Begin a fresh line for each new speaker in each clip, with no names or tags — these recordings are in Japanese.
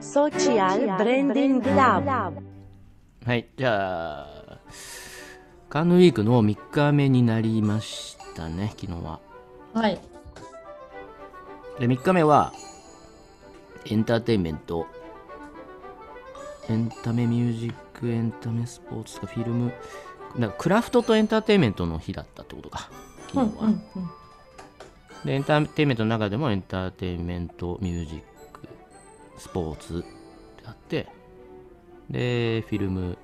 Social Branding Lab
はい、じゃあ、カンヌウィークの3日目になりましたね、昨日は。
はい。
で、3日目は、エンターテインメント、エンタメミュージック、エンタメスポーツとかフィルム、なんかクラフトとエンターテインメントの日だったってことか、
うん
昨日は。
うん
でエンターテインメントの中でもエンターテインメントミュージックスポーツってあってでフィルム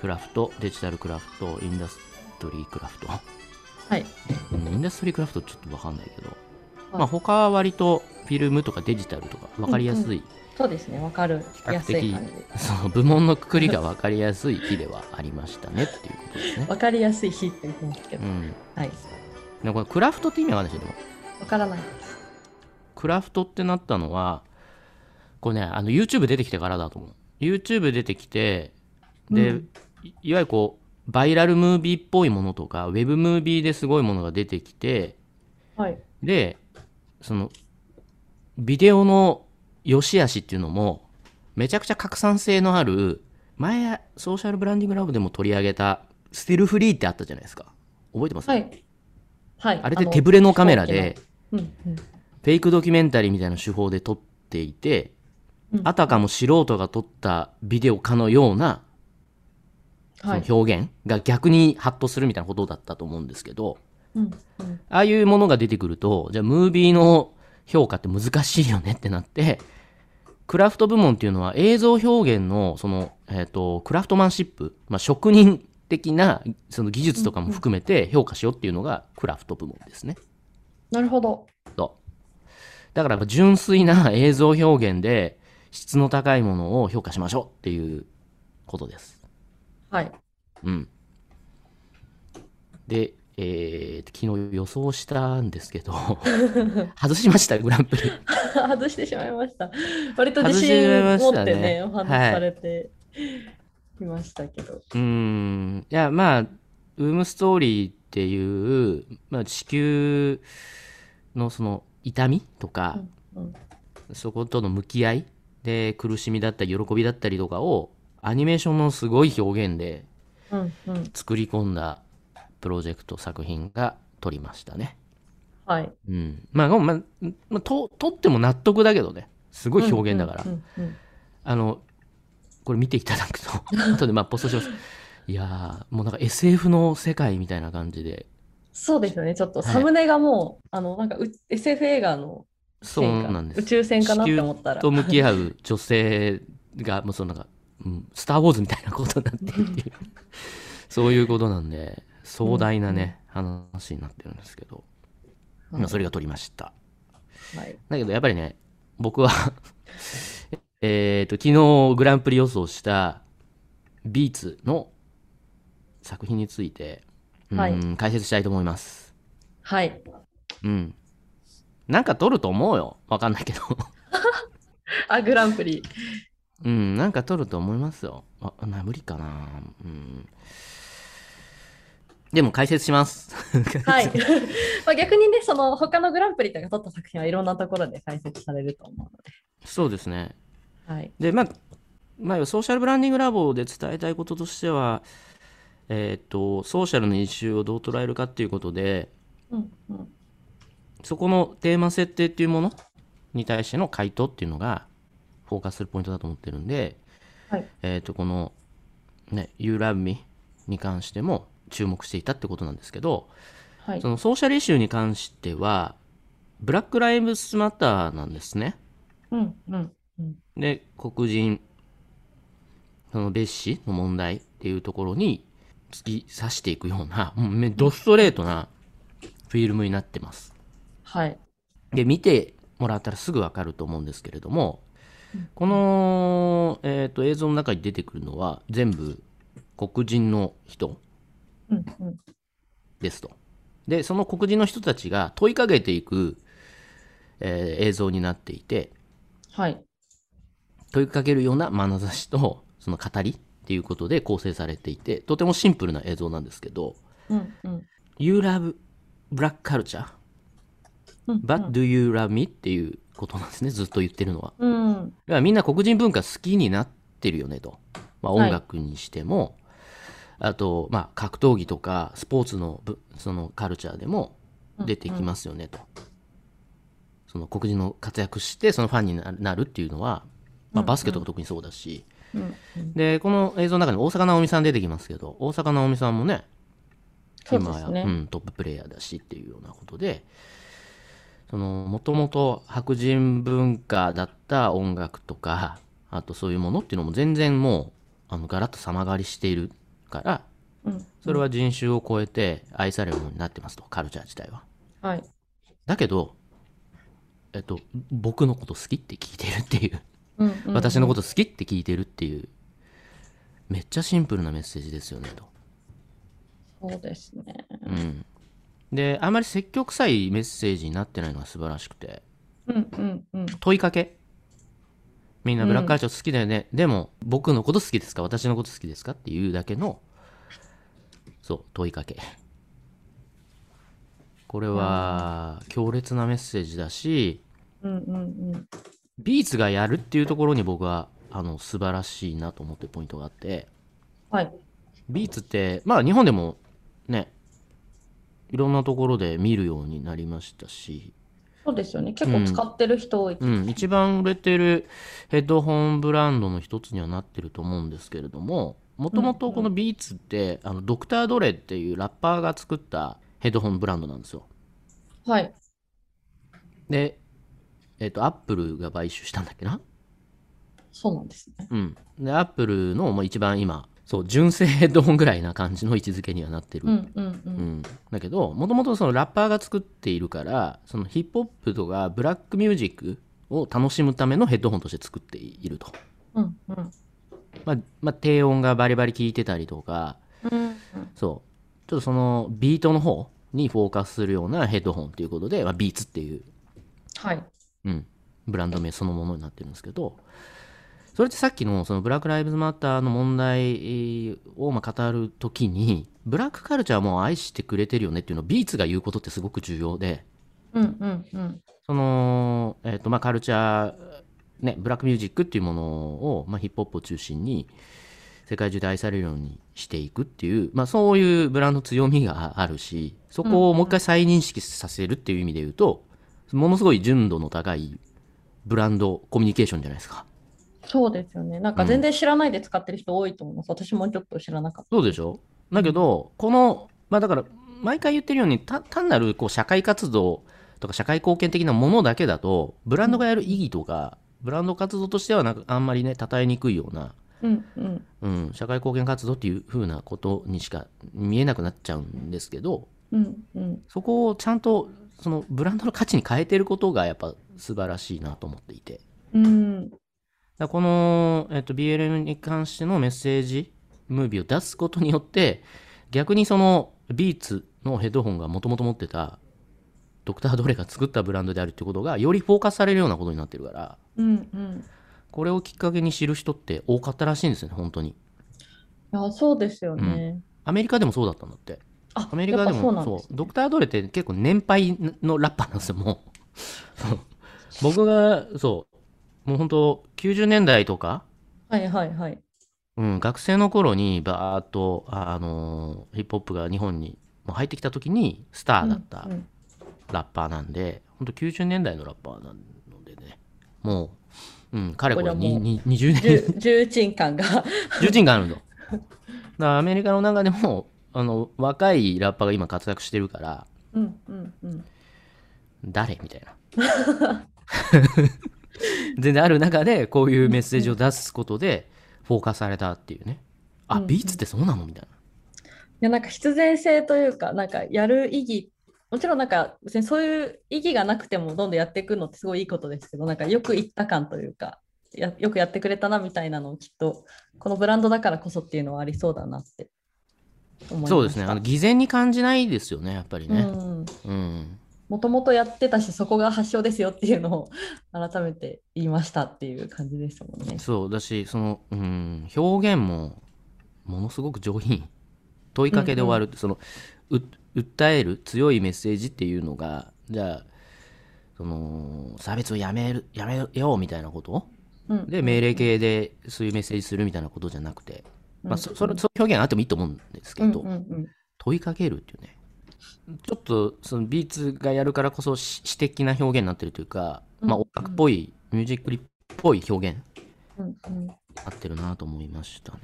クラフトデジタルクラフトインダストリークラフト
はい。
うんインダストリークラフトちょっと分かんないけど、まあ他は割とフィルムとかデジタルとか分かりやすい、
そうですね。わかる。
比較
安
的
い感じ。
その部門のくくりが分かりやすい日ではありましたねっていうことですね。
わかりやすい日って言ってますけ
う
ど。
ん、
はい。
でこれクラフトって意味わかんないでしょでも
わからない。
クラフトってなったのはこれねあの YouTube 出てきてからだと思う YouTube 出てきてで、
うん
いいわゆるこうバイラルムービーっぽいものとかウェブムービーですごいものが出てきて
はい。
でそのビデオの良し悪しっていうのもめちゃくちゃ拡散性のある前ソーシャルブランディングラブでも取り上げたスティルフリーってあったじゃないですか覚えてます、
はい。はい。
あれで
の
手ぶれのカメラで。
うんうん。
フェイクドキュメンタリーみたいな手法で撮っていて、
うん
あたかも素人が撮ったビデオかのような
はい。
その表現が逆にハッとするみたいなことだったと思うんですけど、
うんうん。
ああいうものが出てくると、じゃあムービーの評価って難しいよねってなって、クラフト部門っていうのは映像表現のその、えっ、と、クラフトマンシップ、まあ、職人的なその技術とかも含めて評価しようっていうのがクラフト部門ですね。
なるほど。
だからやっぱ純粋な映像表現で質の高いものを評価しましょうっていうことです。
はい。
うん。で、えー昨日予想したんです けど、外しました、グランプリ。
外してしまいました。割と自
外してしま
信持
いまし
った
ね
てね、お話し
はい
されていましたけど。
うーん。いや、まあ、ウームストーリーっていう、まあ、地球のその痛みとか、
うん
そことの向き合いで苦しみだったり喜びだったりとかをアニメーションのすごい表現で
うんうん。
作り込んだプロジェクト作品が撮りましたね。
はい。
うん、まあ、でもまあ、まあ、と撮っても納得だけどねすごい表現だから、
うんうんうん
あのこれ見ていただくと後でまあポストしますいやーもうなんか SF の世界みたいな感じで
そうですよね。ちょっと
はい
サムネがもう、あの、なんかう SF 映画の
そうなんで
宇
す
宙船かなって思ったら。
と向き合う女性がもうそのなんか、うん「スター・ウォーズ」みたいなことになってるっていうそういうことなんで壮大なね、話になってるんですけど、
はい
まあそれが撮りました
はい。
だけどやっぱりね、僕は、 えっと、昨日グランプリ予想したビーツの作品について、うん
はい
解説したいと思います。
はい。
うん。なんか撮ると思うよ。わかんないけど。
あ、グランプリ。
うん、なんか撮ると思いますよ。あ、まあ、無理かな。うん。でも解説します。
はい。まあ逆にね、その他のグランプリとか撮った作品はいろんなところで解説されると思うので。
そうですね。
はい。
でまあ、まあ、ソーシャルブランディングラボで伝えたいこととしては、えー、とソーシャルの一周をどう捉えるかっていうことで
うんうん。
そこのテーマ設定っていうものに対しての回答っていうのがフォーカスするポイントだと思ってるんで、
はい
えー、とこの、ね「You Love Me」に関しても注目していたってことなんですけど
はい
そ。のソーシャルイシューに関してはブラック・ライブスマターなんですね。
うんうんうん。
で黒人その蔑視の問題っていうところに突き刺していくようなもうめドストレートなフィルムになってます。
はい。
で見てもらったらすぐわかると思うんですけれどもこの、えー、と映像の中に出てくるのは全部黒人の人
うんうん。
ですと。でその黒人の人たちが問いかけていく、えー映像になっていて
はい。
問いかけるような眼差しとその語りっていうことで構成されていてとてもシンプルな映像なんですけど
うんうん。
「You love black culture
うん
but do you love me?」っていうことなんですねずっと言ってるのは。
うんうん。
いやみんな黒人文化好きになってるよねと、まあ、
はい
音楽にしても、あと、まあ、格闘技とかスポーツのぶそのカルチャーでも出てき
す。
ますよねと、その黒人の活躍してそのファンにななるっていうのは、
う
まあ、
ん
バスケとか特にそうだし、
うんうん
でこの映像の中に大坂なおみさん出てきますけど大坂なおみさんもね
そうです
今や、う
ね。
ん、トッププレイヤーだしっていうようなことでもともと白人文化だった音楽とかあとそういうものっていうのも全然もうあのガラッと様変わりしているから
うん
それは人種を超えて愛されるものになってますとカルチャー自体は。
はい。
だけど、えっと、僕のこと好きって聞いてるっていう
うんうんうん
私のこと好きって聞いてるっていうめっちゃシンプルなメッセージですよねと。
そうですね。
うん、であまり積極臭いメッセージになってないのが素晴らしくて
うんうんうん。
問いかけみんな
うん
ブラックアイチョ好きだよね、でも僕のこと好きですか私のこと好きですかっていうだけのそう問いかけこれは強烈なメッセージだし
うんうんうん。
ビーツがやるっていうところに僕はあの素晴らしいなと思ってるポイントがあって
はい。
ビーツってまあ日本でもねいろんなところで見るようになりましたし
そうですよね。結構使ってる人多い。
うん、一番売れてるヘッドホンブランドの一つにはなってると思うんですけれどももともとこのビーツって、あのドクター・ドレっていうラッパーが作ったヘッドホンブランドなんですよ
はい。
でえっ、とアップルが買収したんだっけな
そうなんですね。
うんでアップルの、まあ、一番今そう純正ヘッドホンぐらいな感じの位置づけにはなってる、
うんうんう。
うんん、だけどもともとそのラッパーが作っているからそのヒップホップとかブラックミュージックを楽しむためのヘッドホンとして作っていると
うんうん。
まあ、まあ、低音がバリバリ効いてたりとか、
うん
そう、ちょっとそのビートの方にフォーカスするようなヘッドホンということで、まあ、ビーツっていう、
はい。
うん、ブランド名そのものになってるんですけど、それってさっきのそのブラック・ライブズ・マターの問題をまあ語るときに、ブラックカルチャーも愛してくれてるよねっていうのをビーツが言うことってすごく重要で、
うんうんうん。
その、えっとまあ、カルチャー、ね、ブラックミュージックっていうものを、まあ、ヒップホップを中心に世界中で愛されるようにしていくっていう、まあ、そういうブランドの強みがあるしそこをもう一回再認識させるっていう意味で言うと、ものすごい純度の高いブランドコミュニケーションじゃないですか。
そうですよね。なんか全然知らないで使ってる人多いと思います。私もちょっと知らなかっ
そうでしょだけど、この、まあだから、毎回言ってるように、た単なるこう社会活動とか社会貢献的なものだけだと、ブランドがやる意義とか、ブランド活動としてはなんかあんまりね、称えにくいような、
た。うんうん
うん、社会貢献活動っていう風なことにしか見えなくなっちゃうんですけど、
うんうん。
そこをちゃんと、そのブランドの価値に変えてることがやっぱ素晴らしいなと思っていて。
うん
だからこの、えっと、BLM に関してのメッセージムービーを出すことによって逆にそのビーツのヘッドホンがもともと持ってたドクター・ドレが作ったブランドであるってことがよりフォーカスされるようなことになってるから
うんうん。
これをきっかけに知る人って多かったらしいんですよね本当に
いや、そうですよね。
アメリカでもそうだったんだって
あ、
アメリカで
や
も
っぱそうなんですね
ドクター・ドレって結構年配のラッパーなんですよもうそう僕がそうもう本当90年代とか
はいはいはい。
うん、学生の頃にバーっと、ああのーヒップホップが日本にもう入ってきた時にスターだった
うんうん
ラッパーなんで、ほんと90年代のラッパーなのでねもう、うん、かれこれ
これはもう
にに20
重
年
重鎮感が。
重鎮があるのだからアメリカの中でもあの若いラッパーが今活躍してるから
うんうんうん。
誰みたいな 全然ある中でこういうメッセージを出すことでフォーカスされたっていうね
う
あ
ん
ビーツってそうなのみたいない
やなんか必然性というか、なんかやる意義、もちろんなんか別にそういう意義がなくてもどんどんやっていくのってすごいいいことですけど、なんかよく言った感というか、やよくやってくれたなみたいなのをきっと、このブランドだからこそっていうのはありそうだなって思いました。
そうですね。あの偽善に感じないですよね、やっぱり
う
ね。
ん、
うん。
もともとやってたし、そこが発祥ですよっていうのを改めて言いましたっていう感じですもんね。
そうだし、その、うん、表現もものすごく上品。問いかけで終わる。そのう訴える強いメッセージっていうのが、じゃあ、その差別をやめるやめようみたいなこと
うん
で命令系でそういうメッセージするみたいなことじゃなくて、まあ、そそれ
うん
そういう表現あってもいいと思うんですけど、
うんうん
問いかけるっていうねちょっとそのビーツがやるからこそ詩詩的な表現になってるというか、まあ、
うん
音楽っぽいミュージックリっぽい表現
うんうん
になってるなと思いましたね。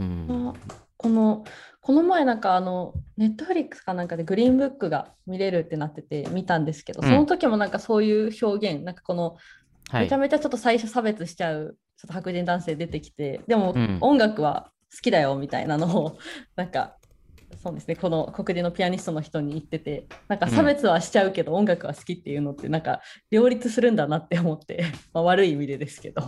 う
うん
ん
あ、このこの前なんかあのネットフリックスかなんかでグリーンブックが見れるってなってて見たんですけど、
うん
その時もなんかそういう表現なんかこの
は
め
い
ちゃ、めちゃちょっと最初差別しちゃうちょっと白人男性出てきてでも
うん
音楽は好きだよみたいなのを、 なんかそうですねこの黒人のピアニストの人に言っててなんか差別はしちゃうけど音楽は好きっていうのってなんか両立するんだなって思って、 まあ、悪い意味でですけど。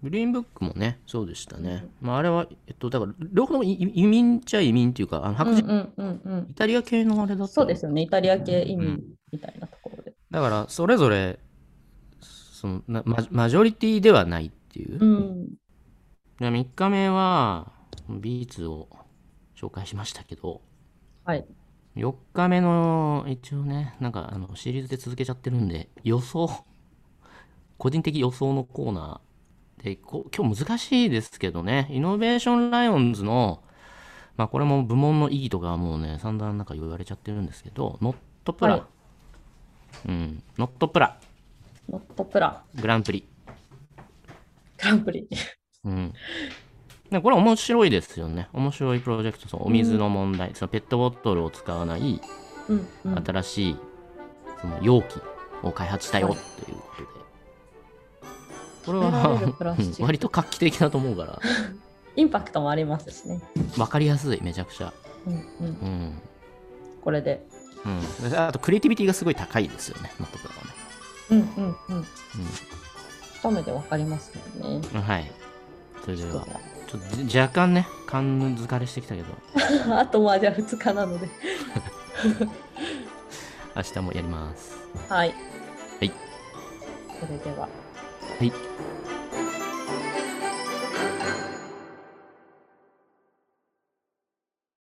グリーンブックもねそうでしたね。まあ、あれは、えっと、だから両方とも移移民っちゃ移民っていうかあの
うん
白
うん
人、
うんうん
イタリア系のあれだった
そうです
よ
よねイタリア系移
う
民
ん
みたいなところで。
だからそれぞれそのなマジマジョリティではないっていう。
うん
で3日目はビーツを紹介しましたけど
はい。
4日目の一応ねなんかあのシリーズで続けちゃってるんで予想個人的予想のコーナーでこ今日難しいですけどねイノベーションライオンズのまあこれも部門の意義とかはもうね散々なんか言われちゃってるんですけどノットプラ、
はい
うんノットプラ
ノットプラ
グランプリ
グランプリ。
うん、でこれ面白いですよね。面白いプロジェクト、そのお水の問題、そのペットボトルを使わない
うんうん
新しいその容器を開発したよ
はい
ということ
食
で。
べられる
こ
プラ
れは
スチック
うん割と画期的だと思うから、
インパクトもありますしね。
分かりやすい、めちゃくちゃ。
うんうん、
うん。
これで。
うん、であと、クリエイティビティがすごい高いですよね、ノットプラはね。
うんうんうん。一目でわかりますもんね。
うん、はい。それでは、ちょっとじ若干ね、勘疲れしてきたけど、
あとまあじゃあ2日なので。
明日もやります。
はい。
はい。
それでは。
はい。